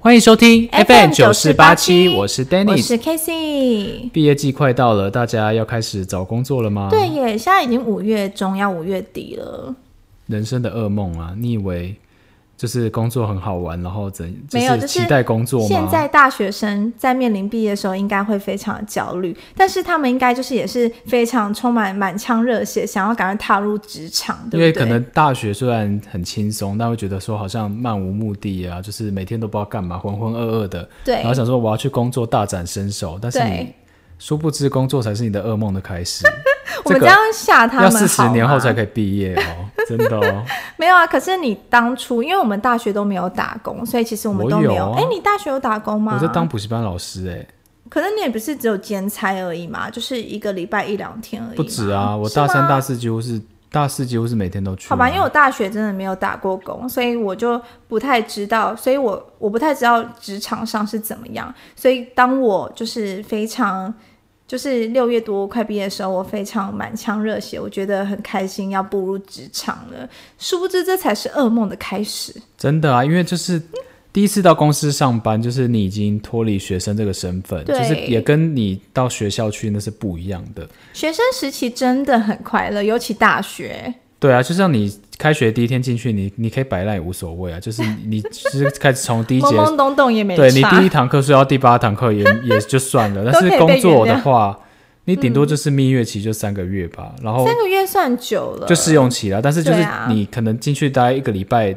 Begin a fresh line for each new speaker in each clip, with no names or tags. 欢迎收听
FM
九四八七，我是
我
Dennis。
是 Casey。
毕业季快到了，大家要开始找工作了吗？
对，耶，现在已经五月中，要五月底了。
人生的噩梦啊！你以为就是工作很好玩，然后怎
没有
是
就是
期待工作吗？
现在大学生在面临毕业的时候，应该会非常的焦虑，但是他们应该就是也是非常充满满腔热血，想要赶快踏入职场，对不
因
对？
为可能大学虽然很轻松，但会觉得说好像漫无目的啊，就是每天都不知道干嘛，浑浑噩噩的。
对
然后想说我要去工作大展身手，但是你
对
殊不知工作才是你的噩梦的开 始。
我们
这个
这样吓他
要
们
四十年后才
以。
可以毕业哦，真的 哦。
没有啊，可是你当初，因为我们大学都没有打工，所以其实我们
我
都没
有
有。
啊
哎、你大学有打工吗？
我在当补习班老师哎、
可是你也不是只有兼差而已嘛，就是一个礼拜一两天而已嘛。
不止啊，我
是
大
吗
三大四几乎是大四几乎是每天都去啊。
好吧，因为我大学真的没有打过工，所以我就不太知道，所以我我不太知道职场上是怎么样。所以当我就是非常，就是六月多快毕业的时候，我非常满腔热血，我觉得很开心要步入职场了。殊不知这才是噩梦的开始。
真的啊，因为就是第一次到公司上班，就是你已经脱离学生这个身份，
对
就是也跟你到学校去那是不一样的。
学生时期真的很快乐，尤其大学。
对啊，就像你开学第一天进去，你你可以摆烂也无所谓啊，就是你 就是开始从第一节
懵，懵懂懂也没
对你
差
第一堂课睡到第八堂课也也就算了，
都
但
可
是
以
工
被
作
原
的
谅嗯
话，你顶多就是蜜月期就三个月吧，然后
三个月算久了，
就试用期了，但是就是
对啊
你可能进去待一个礼拜，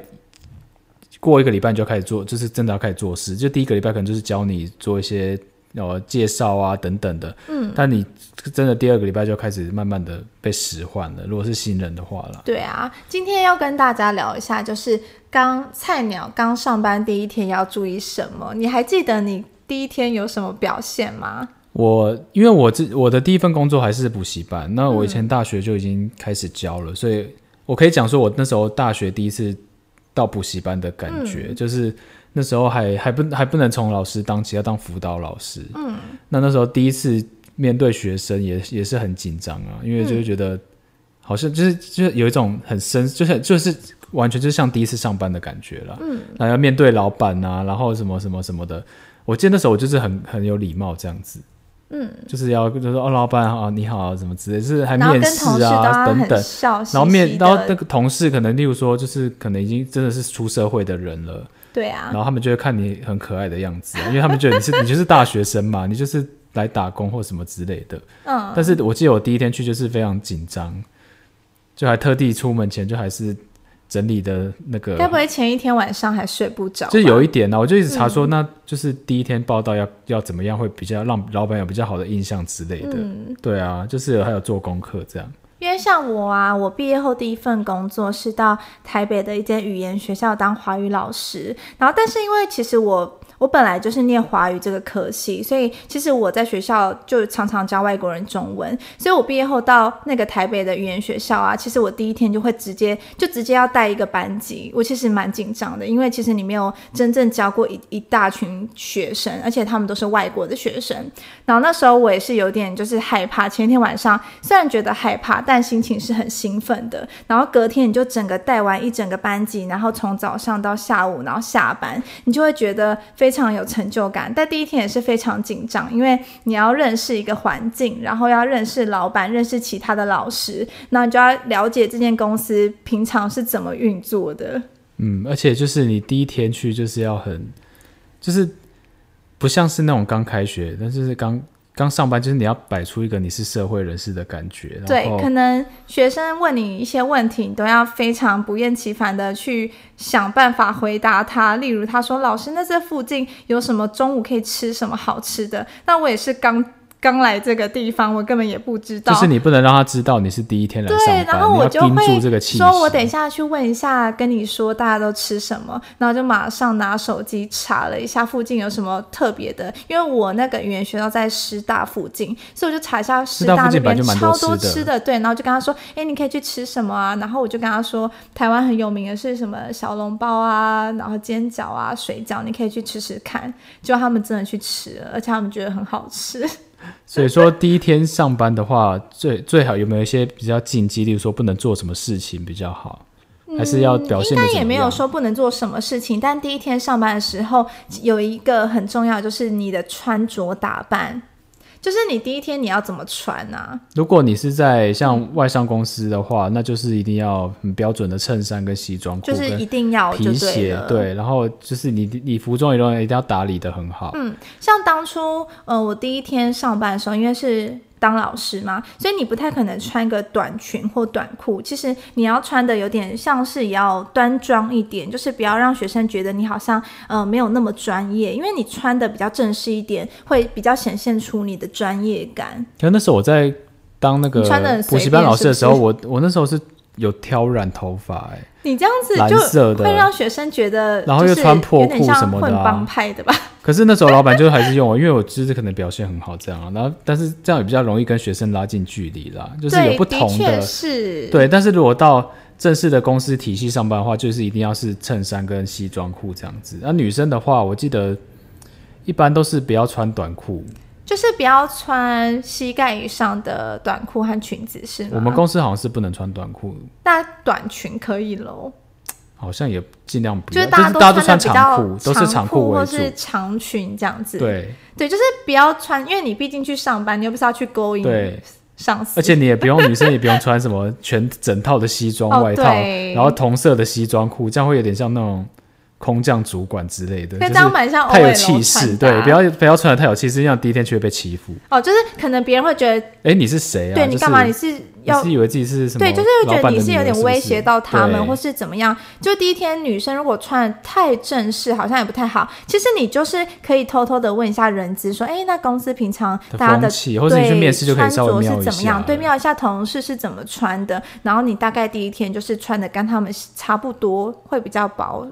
过一个礼拜你就要开始做，就是真的要开始做事。就第一个礼拜可能就是教你做一些呃介绍啊等等的，嗯，但你真的第二个礼拜就开始慢慢的被使唤了。如果是新人的话啦，
对啊，今天要跟大家聊一下，就是刚菜鸟刚上班第一天要注意什么？你还记得你第一天有什么表现吗？
我因为我自我的第一份工作还是补习班，那我以
嗯
前大学就已经开始教了，所以我可以讲说，我那时候大学第一次到补习班的感觉，
嗯
就是那时候还还不还不能从老师当起，要当辅导老师。嗯，那那时候第一次面对学生也也是很紧张啊，因为就会觉
嗯
得好像就是就是有一种很深，就是就是完全就像第一次上班的感觉啦。嗯，然后要面对老板啊，然后什么什么什么的。我记得那时候我就是很很有礼貌这样子，嗯，就是要就说哦，老板啊，你好啊，什么之类，就是还
然后
面
跟同
试
事都
啊
要
等等
很，笑嘻嘻
然后面，然后那
的，
个同事可能，例如说，就是可能已经真的是出社会的人了，
对啊
然，后他们就会看你很可爱的样子啊、因为他们觉得你是 你就是大学生嘛，你就是来打工或什么之类的。
嗯，
但是我记得我第一天去就是非常紧张，就还特地出门前就还是整理的那个，
该不会前一天晚上还睡不着吧？
就有一点呢、啊我就一直查
嗯
说，那就是第一天报道要要怎么样会比较让老板有比较好的印象之类的。
嗯
对啊，就是还有做功课这样。
因为像我啊，我毕业后第一份工作是到台北的一间语言学校当华语老师，然后但是因为其实我我本来就是念华语这个科系，所以其实我在学校就常常教外国人中文，所以我毕业后到那个台北的语言学校啊，其实我第一天就会直接就直接要带一个班级，我其实蛮紧张的，因为其实你没有真正教过一一大群学生，而且他们都是外国的学生，然后那时候我也是有点就是害怕，前一天晚上虽然觉得害怕，但心情是很兴奋的。然后隔天你就整个带完一整个班级，然后从早上到下午，然后下班，你就会觉得非常有成就感。但第一天也是非常紧张，因为你要认识一个环境，然后要认识老板，认识其他的老师，那你就要了解这间公司平常是怎么运作的。
嗯，而且就是你第一天去就是要很，就是不像是那种刚开学，但是刚刚上班，就是你要摆出一个你是社会人士的感觉，然
对，
后
可能学生问你一些问题，你都要非常不厌其烦的去想办法回答他。例如，他说：“老师，那这附近有什么中午可以吃什么好吃的？”那我也是刚刚来这个地方，我根本也不知道。
就是你不能让他知道你是第一天来上
对，
班，
然后我就
你要盯住这个
会
气息。
说，我等一下去问一下，跟你说大家都吃什么，然后就马上拿手机查了一下附近有什么特别的，因为我那个语言学校在师大附近，所以我就查一下师
师大附
大那
近本来
边
就蛮
超
多
多
吃的
吃的，对，然后就跟他说，哎，你可以去吃什么啊？然后我就跟他说，台湾很有名的是什么小笼包啊，然后煎饺啊、水饺，你可以去吃吃看。结果他们真的去吃了，而且他们觉得很好吃。
所以说第一天上班的话，最最好有没有一些比较禁忌，例如说不能做什么事情比较好。还是要表现
嗯
的
应该
怎
也
么
没有
样？
说不能做什么事情，但第一天上班的时候，有一个很重要就是你的穿着打扮，就是你第一天你要怎么穿啊？
如果你是在像外商公司的话，那就是一定要很标准的衬衫跟西装裤，
就是一
跟
定要哦就
皮
对
鞋
了。，
对，然后就是你你服装一定要一定要打理的很好。
嗯，像当初呃，我第一天上班的时候，因为是当老师嘛，所以你不太可能穿个短裙或短裤。其实你要穿的有点像是也要端庄一点，就是不要让学生觉得你好像呃没有那么专业，因为你穿的比较正式一点，会比较显现出你的专业感。
可是那时候我在当那个
你穿得很随
补习班
便
老师的时候，
是
我我那时候是有挑染头发、欸，
你这样子
蓝色
就
的
会让学生觉得，
然后又穿破
有点
裤
像
什么的
混
啊
帮派的吧？
可是那时候老板就还是用我，因为我就是可能表现很好这样啊，然后但是这样也比较容易跟学生拉近距离啦， 就是有
对，
不
的
同
确
的
是，
对。但是如果到正式的公司体系上班的话，就是一定要是衬衫跟西装裤这样子。那、女生的话，我记得一般都是不要穿短裤。
就是不要穿膝盖以上的短裤和裙子，是吗？
我们公司好像是不能穿短裤，
那短裙可以喽，
好像也尽量不
就
要，
是
但
大
是
家
都
都
穿
穿的比
长
较
裤，都是长裤
或
为主。
是长裙这样子。
对
对，就是不要穿，因为你毕竟去上班，你又不是要去勾引
对，
上司。
而且你也不用，女生也不用穿什么全整套的西装
哦
外套，
对
然后同色的西装裤，这样会有点像那种空降主管之类的，
那
就
这
是
样蛮像
太有
OL
气势，
穿啊搭
对，不要不要穿的太有气势，这样第一天去会被欺负。
哦，就是可能别人会觉得，
哎，你是谁啊？
对你
就是
干嘛？你是
你
要
是以为自己是什么？
对，就是会觉得你是有点威胁到他们，或
是
是怎么样。就第一天女生如果穿的太正式，好像也不太好。其实你就是可以偷偷的问一下人资，说，哎，那公司平常
的
大家的
风气或者你去
对
面试就可以稍微
穿着
瞄
是
一
怎么样，
下
对，瞄一下同事是怎么穿的，然后你大概第一天就是穿的跟他们差不多，会比较保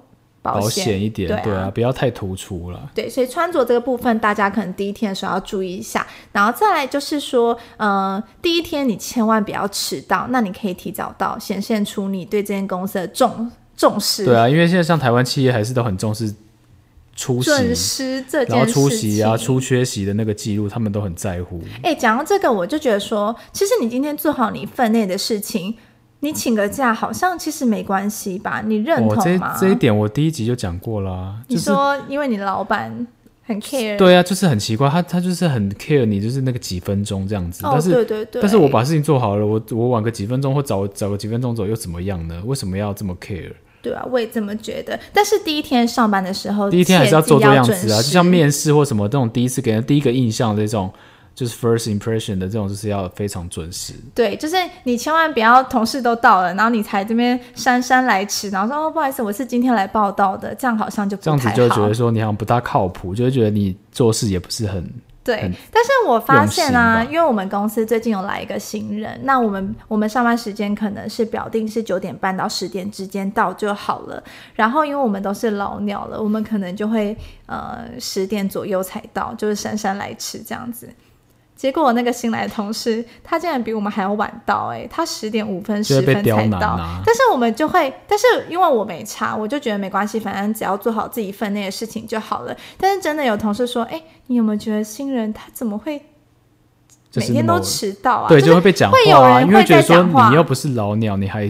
保
险。
险一点
对啊，
对啊，不要太突出了。
对，所以穿着这个部分，大家可能第一天的时候要注意一下，然后再来就是说，呃，第一天你千万不要迟到，那你可以提早到，显现出你对这间公司的重重视，
对啊，因为现在像台湾企业还是都很重视出席，
准时这
然
件
后
事情。
出席啊、出缺席的那个记录，他们都很在乎。
哎，讲到这个，我就觉得说，其实你今天做好你分内的事情，你请个假好像其实没关系吧？你认
我
同
哦这
吗？
这一点我第一集就讲过啦、
你
就是
说，因为你老板很 care，，
对啊，就是很奇怪，他他就是很 care 你，就是那个几分钟这样子，
哦
但，是。
对对对，
但是我把事情做好了，我我晚个几分钟或早早个几分钟走又怎么样呢？为什么要这么 care？
对啊，我也这么觉得。但是第一天上班的时候，
第一天还是
切记要
做做样子
准
啊，就
时
像面试或什么这种第一次给人第一个印象的这种，就是 first impression 的这种，就是要非常准时。
对，就是你千万不要同事都到了，然后你才这边姗姗来迟，然后说哦不好意思，我是今天来报道的，这样好像就不
这样子
太
就会
好
觉得说你好像不大靠谱，就会觉得你做事也不是很
对
很，
但是我发现啊，
用心吧
因为我们公司最近有来一个新人，那我们我们上班时间可能是表定是九点半到十点之间到就好了。然后因为我们都是老鸟了，我们可能就会呃十点左右才到，就是姗姗来迟这样子。结果那个新来的同事，他竟然比我们还要晚到、欸，哎，他十点五分、
就
十
会被
分
刁
才
难
到，
啊
但是我们就会，但是因为我没查，我就觉得没关系，反正只要做好自己分内的事情就好了。但是真的有同事说，哎、你有没有觉得新人他怎么会
就
每
是那
天
么
都迟到啊？
对，
就
就是会被讲话
会有
啊，
人
因为
会
觉得
在
说
讲话
你又不是老鸟，你还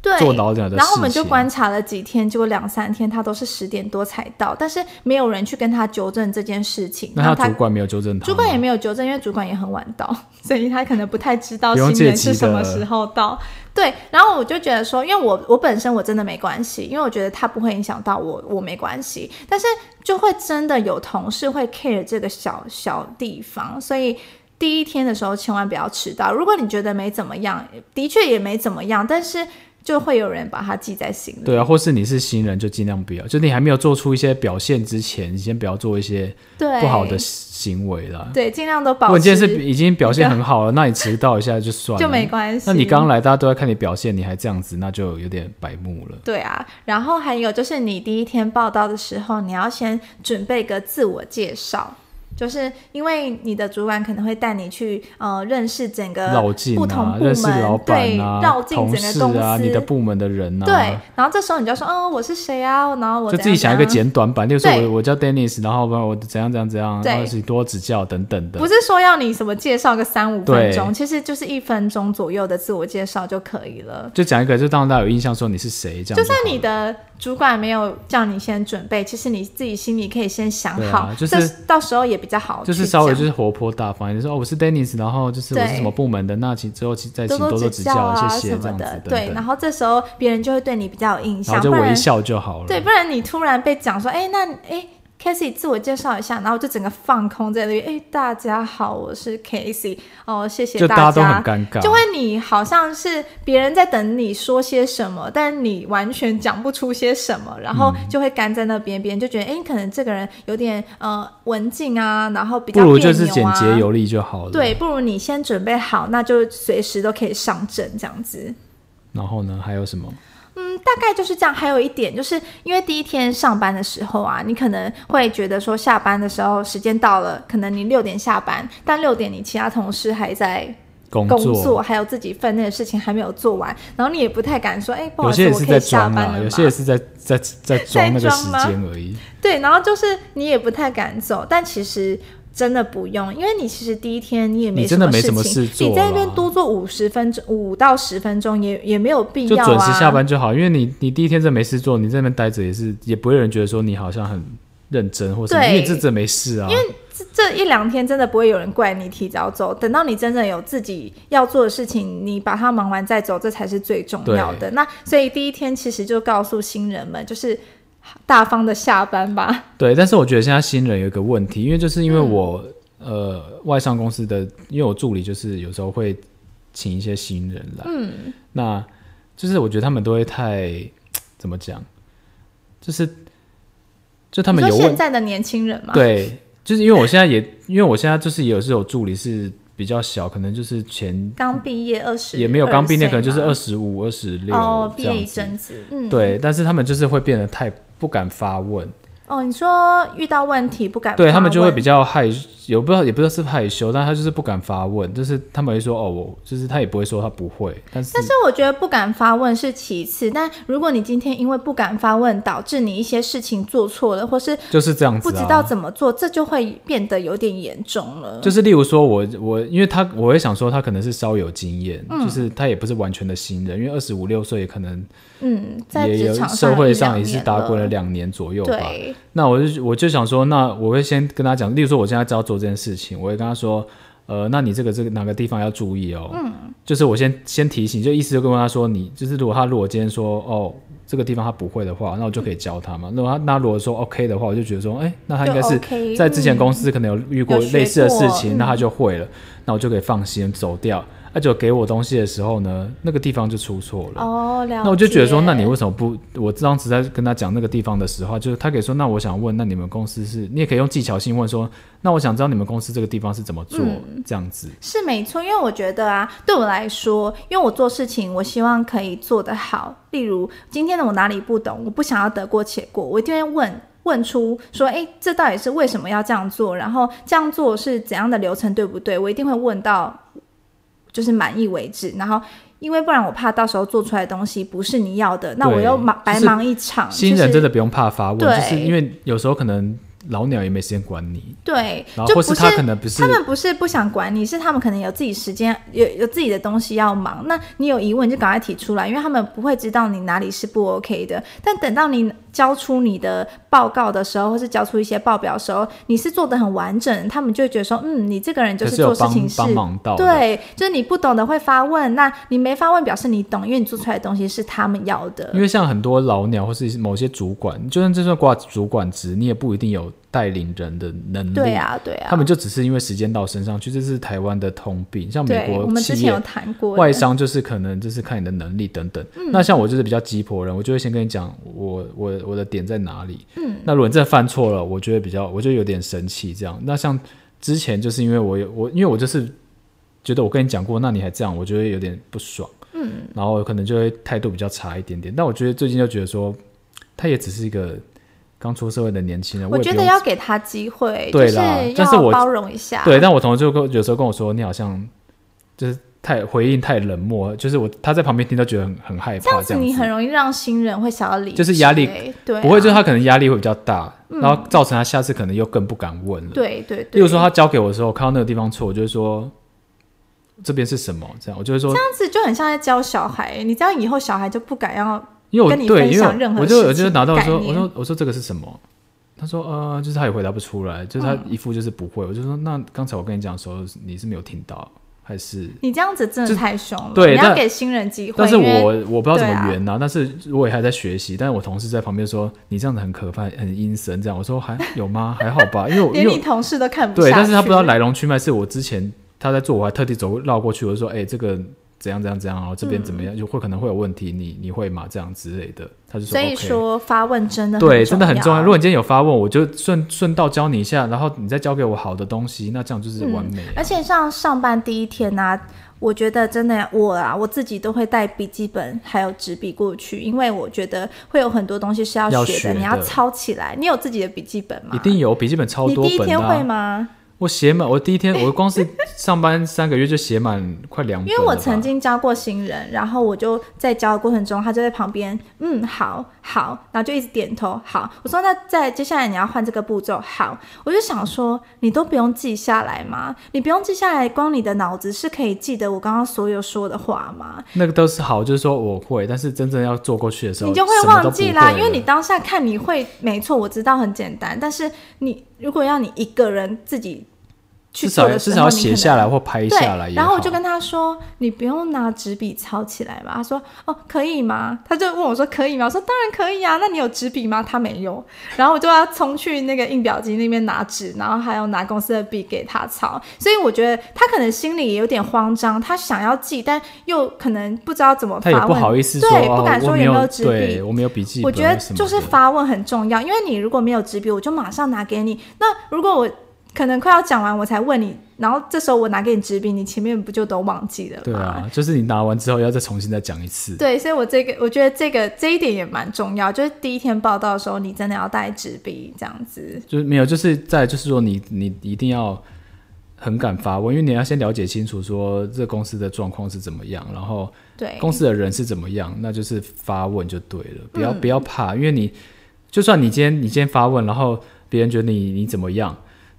对
做老鸟的事情。
然后我们就观察了几天，结果两三天他都是十点多才到，但是没有人去跟他纠正这件事情。然
那
后
他
他
主管没有纠正他吗，
主管也没有纠正，因为主管也很晚到，所以他可能不太知道
不用
新人
借机的
是什么时候到。对，然后我就觉得说，因为我我本身我真的没关系，因为我觉得他不会影响到我，我没关系。但是就会真的有同事会 care 这个小小地方，所以。第一天的时候千万不要迟到。如果你觉得没怎么样，的确也没怎么样，但是就会有人把它记在心里。
对啊，或是你是新人就尽量不要，就你还没有做出一些表现之前，你先不要做一些
对，
不好的行为啦。
对，尽量都
如
保
果你今
持
天是已经表现很好了，那你迟到一下就算了，
就没关系。
啊那你刚来，大家都在看你表现，你还这样子，那就有点白目了。
对啊，然后还有就是你第一天报道的时候，你要先准备个自我介绍，就是因为你的主管可能会带你去呃认识整个
绕进
不同
啊，
部
认识
门，
老
对
板啊，，
绕进
同
整
事
个公司，
啊，你的部门的人啊，
对，然后这时候你就说，嗯，我是谁啊？然后我
就自
怎
己
样
想一
怎
个
样
简短版，例如说
对
我我叫 Dennis，然后不然我怎样怎样怎样，
对
然后是多指教等等的
不。是说要你什么介绍个三五分
对
钟，其实就是一分钟左右的自我介绍就可以了。
就讲一个，就让大家有印象说你是谁这样
就
子好
算
了。
你的主管没有叫你先准备，其实你自己心里可以先想
对啊
好，
就是
这到时候也比较好去讲，
就是稍微就是活泼大方一点，就说哦我是 Dennis，然后就是我是
对
什么部门的，那请之后请再请
多
多多
指
教，
啊
谢谢这
什么
样子
的。
等
对，
等
然后这时候别人就会对你比较有印
然
象，
后就
不
微
然
笑就好了。
对，不然你突然被讲说，哎、那哎。Casey 自我介绍一下，然后就整个放空在那边。哎、大家好，我是 Casey。哦，谢谢
就
家。
大家都很尴尬
就会你好像是别人在等你说些什么，但你完全讲不出些什么，然后
嗯
就会干在那边，别人就觉得，哎、你可能这个人有点呃文静啊，然后比
不
较
如
别
就是
扭
简
啊。
洁有力就好了。
对，，不如你先准备好，那就随时都可以上阵这样子。
然后呢还有什么？
嗯，大概就是这样。还有一点，就是因为第一天上班的时候啊，你可能会觉得说下班的时候时间到了，可能你六点下班，但六点你其他同事还在
工
工还有自己分内的事情还没有做完，然后你也不太敢说，哎、不好
有
意
些
思，
也
我
是
可
在
以下
装
班
啦，
了
有
嘛。
些也是在在在装那个时间而已。
对，然后就是你也不太敢走，但其实。真的不用，因为你其实第一天你也没
你真的没什么
事
事做
你在那边
啦
多做五十分钟，五到十分钟也也没有必
就
要啊。
准时下班就好，因为你你第一天真的没事做，你在那边待着也是，也不会有人觉得说你好像很认真或什么，
对
因为这真的没事啊。因为
这这一两天真的不会有人怪你提早走，等到你真正有自己要做的事情，你把它忙完再走，这才是最重要的。那所以第一天其实就告诉新人们，就是大方的下班吧。
对，但是我觉得现在新人有一个问题，因为就是
嗯
因为我、呃外商公司的，因为我助理就是有时候会请一些新人来，
嗯，
那就是我觉得他们都会太怎么讲，就是就他们
你
有
说
问
现在的年轻人嘛，，
对，就是因为我现在也因为我现在就是也有是有助理是比较小，可能就是前
刚毕业二十，
也没有刚毕业，可能就是二
十
十五、二十六
哦，
这
毕业一
样子。
阵子，嗯，。
对，但是他们就是会变得太不敢发问，
哦，你说遇到问题不敢，
对他们就会比。较害，有不知道也不知道是害羞，但他就是不敢发问，就是他们会说哦，我就是他也不会说他不会，但是
但是我觉得不敢发问是其次，但如果你今天因为不敢发问，导致你一些事情做错了，或是
就是这样子、
不
啊，
知道怎么做，这就会变得有点严重了。
就是例如说我我，因为他我会想说他可能是稍有经验，就是他也不是完全的新人，因为二十五六岁也可能
嗯，在
也
职
有
场
社会上也
一
是打滚了两年左右吧。
对，
那我就我就想说，那我会先跟他讲，例如说我现在知道做这件事情，我会跟他说，呃，那你这个这个哪个地方要注意哦？嗯，就是我先先提醒，就意思就跟他说，哦你就是如果他如果今天说哦这个地方他不会的话，那我就可以教他嘛。那、果他那如果说 OK 的话，我就觉得说，哎、那他应该
嗯就是 OK，
在之前
嗯
公司可能有遇过
有学
类似的事
过
情，那他就会了，那我就可以放心走掉。那、就给我东西的时候呢，那个地方就出错了。
哦，了解。
那我就觉得说，那你为什么不？我当时在跟他讲那个地方的时候，就是他可以说，那我想问，那你们公司是？你也可以用技巧性问说，那我想知道你们公司这个地方是怎么做、
嗯
这样子。
是没错，因为我觉得啊，对我来说，因为我做事情，我希望可以做得好。例如今天的我哪里不懂，我不想要得过且过，我一定会问。问出说，哎，这到底是为什么要这样做？然后这样做是怎样的流程，对不对？我一定会问到，就是满意为止。然后，因为不然我怕到时候做出来的东西不是你要的，那我
对
又忙白
就是
忙一场。
新
啊就
人
是
真的不用怕发问，
对
就是因为有时候可能老鸟也没时间管你，
对，
然后
就
或是
不
他可能不是
他们不是不想管你，是他们可能有自己时间，有有自己的东西要忙。那你有疑问就赶快提出来，因为他们不会知道你哪里是不 OK 的。但等到你交出你的报告的时候，或是交出一些报表的时候，你是做的很完整，他们就会觉得说，嗯，你这个人就
可
是
有
做事
帮
情是
帮忙到的。
对，就是你不懂的会发问，那你没发问表示你懂，因为你做出来的东西是他们要的
因。为像很多老鸟或是某些主管，就算就算挂主管职，你也不一定有带领人的能力。
对啊，对啊，
他们就只是因为时间到身上去，这是台湾的通病。像美
对，
国
我们之
企
前
业
有谈过
外
的嗯
商就是可能就是看你的能力等等。那像我就是比较急迫人，我就会先跟你讲我我我的点在哪里。嗯，那如果你真的犯错了，我就会比较我就有点生气这样。那像之前就是因为我有我因为我就是觉得我跟你讲过，那你还这样，我就会有点不爽。嗯，然后可能就会态度比较差一点点。但我觉得最近就觉得说，他也只是一个刚出社会的年轻人，
我
也
觉
不
得
用
要给他机会，
对
就是
啦但是
要
我
包容一下。
对，但我同事就跟我有时候跟我说，你好像就是太回应太冷漠，就是我他在旁边听都觉得很很害
这
怕
样
这
子
样
你
子，
很容易让新人会想要离职欸，
就是压力
对啊，嗯
不会就是他可能压力会比较大，然后造成他下次可能又更不敢问了。，
对对对。
例如说他交给我的时候，我看到那个地方错，我就会说这边是什么，这样我就会说，
这样子就很像在教小孩，你这样以后小孩就不敢要。
因为我
跟你
对，
分
因为
享任
我
何
我就
事
我就
情
拿到
概
说，我
念
说我说这个是什么？他说呃，就是他也回答不出来，就是
嗯
他一副就是不会。我就说那刚才我跟你讲的时候，你是没有听到还是？
你这样子真的
这
太凶了，
对
你要
但
给新人机会。
但是
因为
我我不知道怎
对啊
么圆呐、但是我也还在学习。但是我同事在旁边说你这样子很可怕，很阴森这样。我说还有吗？还好吧，因为 我因
连
为
你
我
同事都看不
对，
下
但是他不知道
去
来龙去脉，是我之前他在做，我还特地走绕过去，我就说哎、这个怎样怎样怎样，然哦后这边
嗯
怎么样，就会可能会有问题，你你会吗？这样之类的，他就说
所以
OK
说发问真的
对，真的很重要。如
要。
果你今天有发问，我就顺顺道教你一下，然后你再教给我好的东西，那这样就是完美啊、
嗯而且像上班第一天呢、我觉得真的我啊，我自己都会带笔记本还有纸笔过去，因为我觉得会有很多东西是要
要
学的，
学的
你要抄起来。你有自己的笔记本吗？
一定有笔记本超
你
多
第一
本
天
的、
会
啊。
吗？
我写满，我第一天我光是上班三个月就写满快两本
因
了吧。
为我曾经教过新人，然后我就在教的过程中，他就在旁边，嗯，好，好，然后就一直点头，好。我说那在接下来你要换这个步骤，好。我就想说，你都不用记下来吗？你不用记下来，光你的脑子是可以记得我刚刚所有说的话吗？
那个都是好，就是说我会，但是真正要做过去的时候，
你就
什么都
忘
不
记啦，
会
因为你
了
当下看你会，没错，我知道很简单，但是你如果要你一个人自己去
至
做
少
的
至
时
少要
候，你可
写
能
下来或拍
对，
下来也好。
然后我就跟他说：“你不用拿纸笔抄起来吧。”他说：“哦，可以吗？”他就问我说：“可以吗？”我说：“当然可以啊。”那你有纸笔吗？他没有。然后我就要冲去那个印表机那边拿纸，然后还有拿公司的笔给他抄。所以我觉得他可能心里也有点慌张，他想要记，但又可能不知道怎么
他也
发
不
问。
好意思说，
对，
哦
不敢
我
说
没
有没
有
有纸笔
对，我没有笔记本或
我觉
什么的，
得就是发问很重要，因为你如果没有纸笔，我就马上拿给你。那如果我可能快要讲完，我才问你，然后这时候我拿给你纸笔，你前面不就都忘记了吗？
对啊，就是你拿完之后要再重新再讲一次。
对，所以我这个我觉得这个这一点也蛮重要，就是第一天报道的时候，你真的要带纸笔这样子。
就是没有，就是在就是说你你一定要很敢发问，因为你要先了解清楚说这公司的状况是怎么样，然后
对，
公司的人是怎么样，那就是发问就对
嗯
了，不要、不要怕，因为你就算你今天你今天发问，然后别人觉得你你怎么样。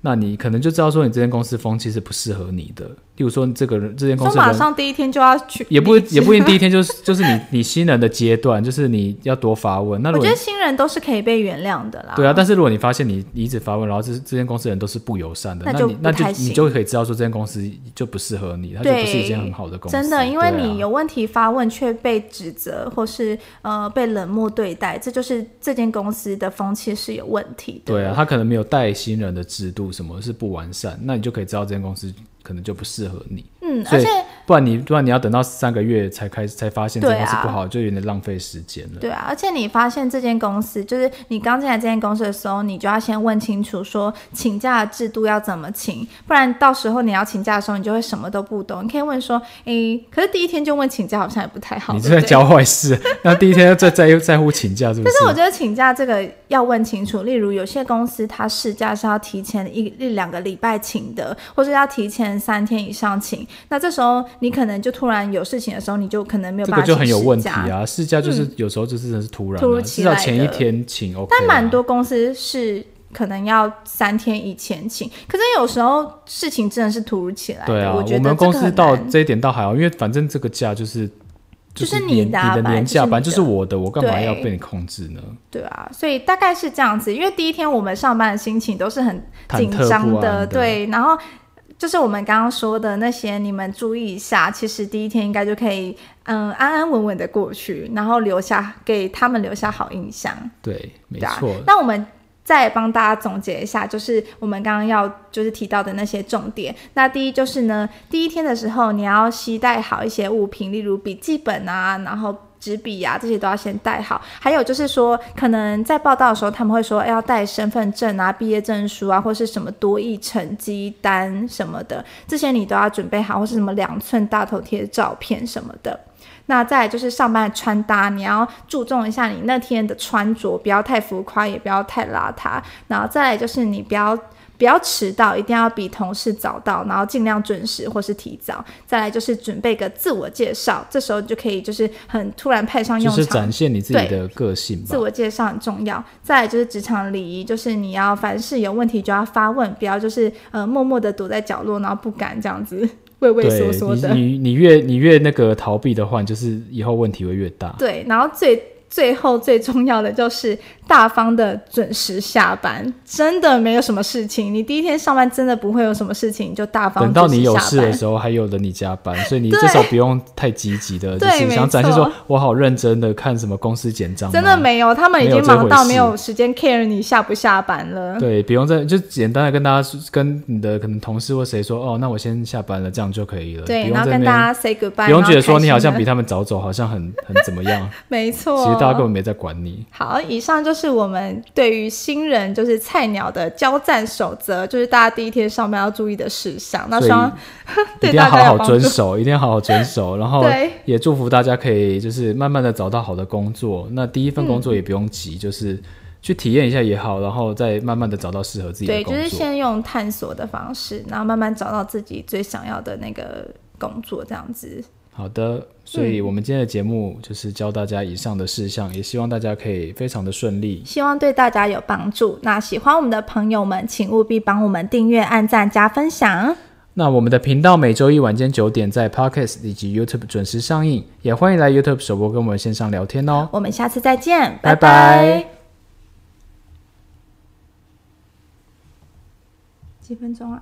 那你可能就知道说你这间公司风气是不适合你的，例如说这个人这间公
说
司的
马
人
上第一天就要去，
也不也不一定第一天就是就是你你新人的阶段，就是你要多发问。那
我
如
觉
果
得
你
新人都是啊可以被原谅的啦。
对啊，但是如果你发现你你一直发问，然后这这间公司人都是不友善的，
那
那
就
你那
不
就
太行
你就可以知道说这间公司就不适合你，它就
对
不是一间很好的公司。
真的，因为
对啊
你有问题发问却被指责，或是呃被冷漠对待，这就是这间公司的风气是有问题的。
对啊，他可能没有带新人的制度，什么是不完善，那你就可以知道这间公司可能就不适合你。
嗯，
所
而
以
且
不然你不然你要等到三个月才开始才发现这
对
间公司
啊
不好，就有点浪费时间了。
对啊，而且你发现这间公司，就是你刚进来这间公司的时候，你就要先问清楚说请假的制度要怎么请，不然到时候你要请假的时候，你就会什么都不懂。你可以问说，诶，可是第一天就问请假好像也不太好。
你
对
是在
不对
教坏 事，那第一天在在在乎请假是不
但
是？
是我觉得请假这个要问清楚，例如有些公司它试假是要提前一一两个礼拜请的，或是要提前三天以上请。那这时候你可能就突然有事情的时候，你就可能没有
这
办
个
法
就很有
请
问
事
题
假。嗯
啊！试驾就是有时候就是真的是突然、啊，
突如其
至少
来
前一
的
天请 OK，、啊、
但蛮多公司是可能要三天以前请，可是有时候事情真的是突如其来的。
对啊，
我觉得
们
这
公
个
司
很
到
难。
这一点倒还好，因为反正这个假就是
就是
是
你
年
的啊
你的
本来
年
就是
假，
你
反正就是
的
我的，我干嘛
对
要被你控制呢？
对啊，所以大概是这样子。因为第一天我们上班的心情都是很
忐
紧
忑不
张
安的
对，然后。就是我们刚刚说的那些，你们注意一下。其实第一天应该就可以，嗯，安安稳稳的过去，然后留下给他们留下好印象。
对，没
对啊
错，
那我们再帮大家总结一下，就是我们刚刚要就是提到的那些重点。那第一就是呢，第一天的时候你要携带好一些物品，例如笔记本啊，然后。纸笔啊，这些都要先带好。还有就是说，可能在报道的时候，他们会说哎要带身份证啊、毕业证书啊，或是什么多益成绩单什么的，这些你都要准备好，或是什么两寸大头贴照片什么的。那再来就是上班的穿搭，你要注重一下你那天的穿着，不要太浮夸，也不要太邋遢。然后再来就是你不要。不要迟到，一定要比同事早到，然后尽量准时或是提早。再来就是准备个自我介绍，这时候你就可以就是很突然派上
就
用
是
场
展。现你自己的个性吧
自。我介绍很重要，再来就是职场礼仪，就是你要凡事有问题就要发问，不要就是呃默默的躲在角落，然后不敢这样子畏畏缩缩
对
的。
你，你你越你越那个逃避的话，你就是以后问题会越大。
对，然后最最后最重要的就是大方的准时下班，真的没有什么事情。你第一天上班真的不会有什么事情，你就大方
等到
准
你
时
有
下
事的
班
时候，还有人你加 班，所以你
对
至少不用太积极的，就
对
是
没
想展现说
错
我好认真的看什么公司简章吗，
真的没有，他们已
没有
经
这
忙
回
到
事
没有时间 care 你下不下班了。
对，不用再就简单的跟大家说跟你的可能同事或谁说哦，那我先下班了，这样就可以了，
对，
不用
然
在
后跟
那
大
边
家 say goodbye，
不用
然后
觉得说
开
你
心
好像
地
比他们早走，好像很很怎么 样，
没
其
错，
实大家根本没在管你。
好，以上就是我们对于新人就是菜鸟的交战守则，就是大家第一天上班要注意的事项。那
所以
希望
一
对
定要
大
好
家有
好
帮
遵
助。
守，一定要好好遵守，然后
对
也祝福大家可以就是慢慢的找到好的工作。那第一
嗯
份工作也不用急，就是去体验一下也好，然后再慢慢的找到适合自己的
对，就
工
是
作。
先用探索的方式，然后慢慢找到自己最想要的那个工作，这样子。
好的，所
嗯
以我们今天的节目就是教大家以上的事项，也希望大家可以非常的顺利。
希望对大家有帮助。那喜欢我们的朋友们，请务必帮我们订阅、按赞、加分享。
那我们的频道每周一晚间九点在 Podcast 以及 YouTube 准时上映，也欢迎来 YouTube 首播跟我们线上聊天哦。
我们下次再见，
拜拜
拜拜几分钟啊？